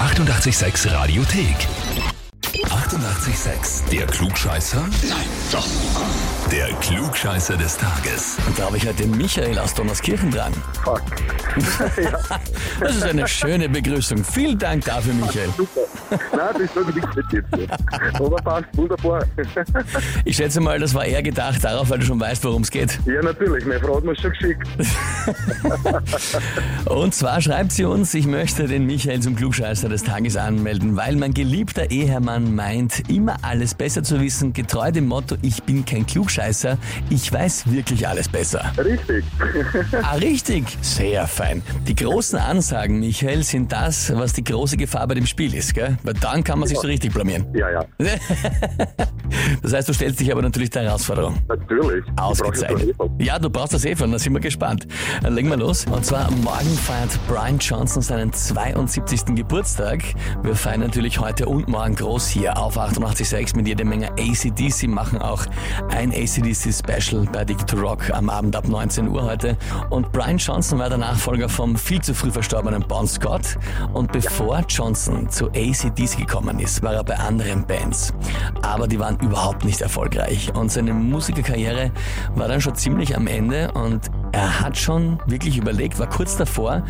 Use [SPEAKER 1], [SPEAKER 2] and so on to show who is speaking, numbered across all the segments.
[SPEAKER 1] 886 Radiothek. 88,6. Der Klugscheißer? Nein, doch. Der Klugscheißer des Tages.
[SPEAKER 2] Da habe ich heute den Michael aus Donnerskirchen dran.
[SPEAKER 3] Fuck. ja,
[SPEAKER 2] Das ist eine schöne Begrüßung. Vielen Dank dafür, Michael.
[SPEAKER 3] super. Nein, das ist wirklich nichts mit jetzt. Aber passt, wunderbar.
[SPEAKER 2] Ich schätze mal, das war eher gedacht darauf, weil du schon weißt, worum es geht.
[SPEAKER 3] ja, natürlich, meine Frau hat mir schon geschickt.
[SPEAKER 2] Und zwar schreibt sie uns, ich möchte den Michael zum Klugscheißer des Tages anmelden, weil mein geliebter Ehemann meint, immer alles besser zu wissen, getreu dem Motto, ich bin kein Klugscheißer, ich weiß wirklich alles besser.
[SPEAKER 3] Richtig.
[SPEAKER 2] Ah, richtig. Sehr fein. Die großen Ansagen, Michael, sind das, was die große Gefahr bei dem Spiel ist, gell? Weil dann kann man sich so richtig blamieren.
[SPEAKER 3] Ja, ja,
[SPEAKER 2] Das heißt, du stellst dich aber natürlich der Herausforderung.
[SPEAKER 3] natürlich. Ich brauche jetzt
[SPEAKER 2] Ausgezeichnet.
[SPEAKER 3] einen Efer.
[SPEAKER 2] Ja, du brauchst das Efer, da sind wir gespannt. Dann legen wir los. Und zwar morgen feiert Brian Johnson seinen 72. Geburtstag. Wir feiern natürlich heute und morgen groß hier auf 88.6 mit jede Menge ACDC, machen auch ein ACDC-Special bei Dick to Rock am Abend ab 19 Uhr heute. Und Brian Johnson war der Nachfolger vom viel zu früh verstorbenen Bon Scott. Und bevor Johnson zu ACDC gekommen ist, war er bei anderen Bands. Aber die waren überhaupt nicht erfolgreich. Und seine Musikerkarriere war dann schon ziemlich am Ende und er hat schon wirklich überlegt, war kurz davor,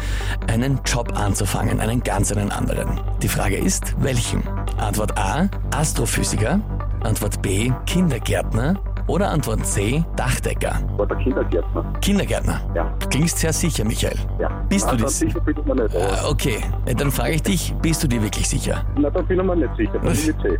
[SPEAKER 2] einen Job anzufangen, einen ganz einen anderen. Die Frage ist, welchen? Antwort A, Astrophysiker. Antwort B, Kindergärtner. Oder Antwort C, Dachdecker.
[SPEAKER 3] War der Kindergärtner.
[SPEAKER 2] Kindergärtner.
[SPEAKER 3] Ja,
[SPEAKER 2] Klingst sehr sicher, Michael.
[SPEAKER 3] ja.
[SPEAKER 2] Bist du
[SPEAKER 3] Nein, dann
[SPEAKER 2] das?
[SPEAKER 3] Sicher bin ich mir nicht.
[SPEAKER 2] Ah, Okay, Äh, dann frage ich dich, bist du dir wirklich sicher?
[SPEAKER 3] Na, dann bin ich mir nicht sicher. Dann bin ich mit C.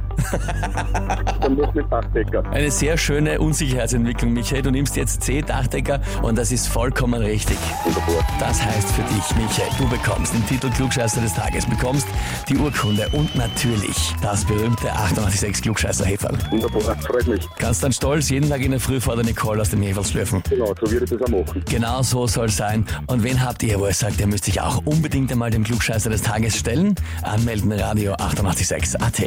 [SPEAKER 3] dann muss ich mit Dachdecker.
[SPEAKER 2] Eine sehr schöne Unsicherheitsentwicklung, Michael. Du nimmst jetzt C, Dachdecker, und das ist vollkommen richtig.
[SPEAKER 3] Wunderbar.
[SPEAKER 2] Das heißt für dich, Michael, du bekommst den Titel Klugscheißer des Tages, bekommst die Urkunde und natürlich das berühmte 886 klugscheißer -Heferl.
[SPEAKER 3] Wunderbar. Freut mich.
[SPEAKER 2] Kannst dann stolz jeden Tag in der Früh vor der Nicole aus dem Heferl schlürfen.
[SPEAKER 3] Genau, so würde ich das auch machen.
[SPEAKER 2] Genau so soll sein. Und wen habt ihr, wo ihr sagt, ihr müsst euch auch unbedingt einmal dem Klugscheißer des Tages stellen? Anmelden Radio 886 AT.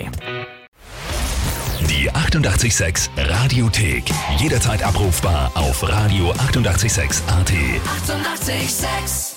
[SPEAKER 1] Die 88,6 Radiothek. Jederzeit abrufbar auf radio886.at. 88,6.
[SPEAKER 4] Eighty-eight, sex.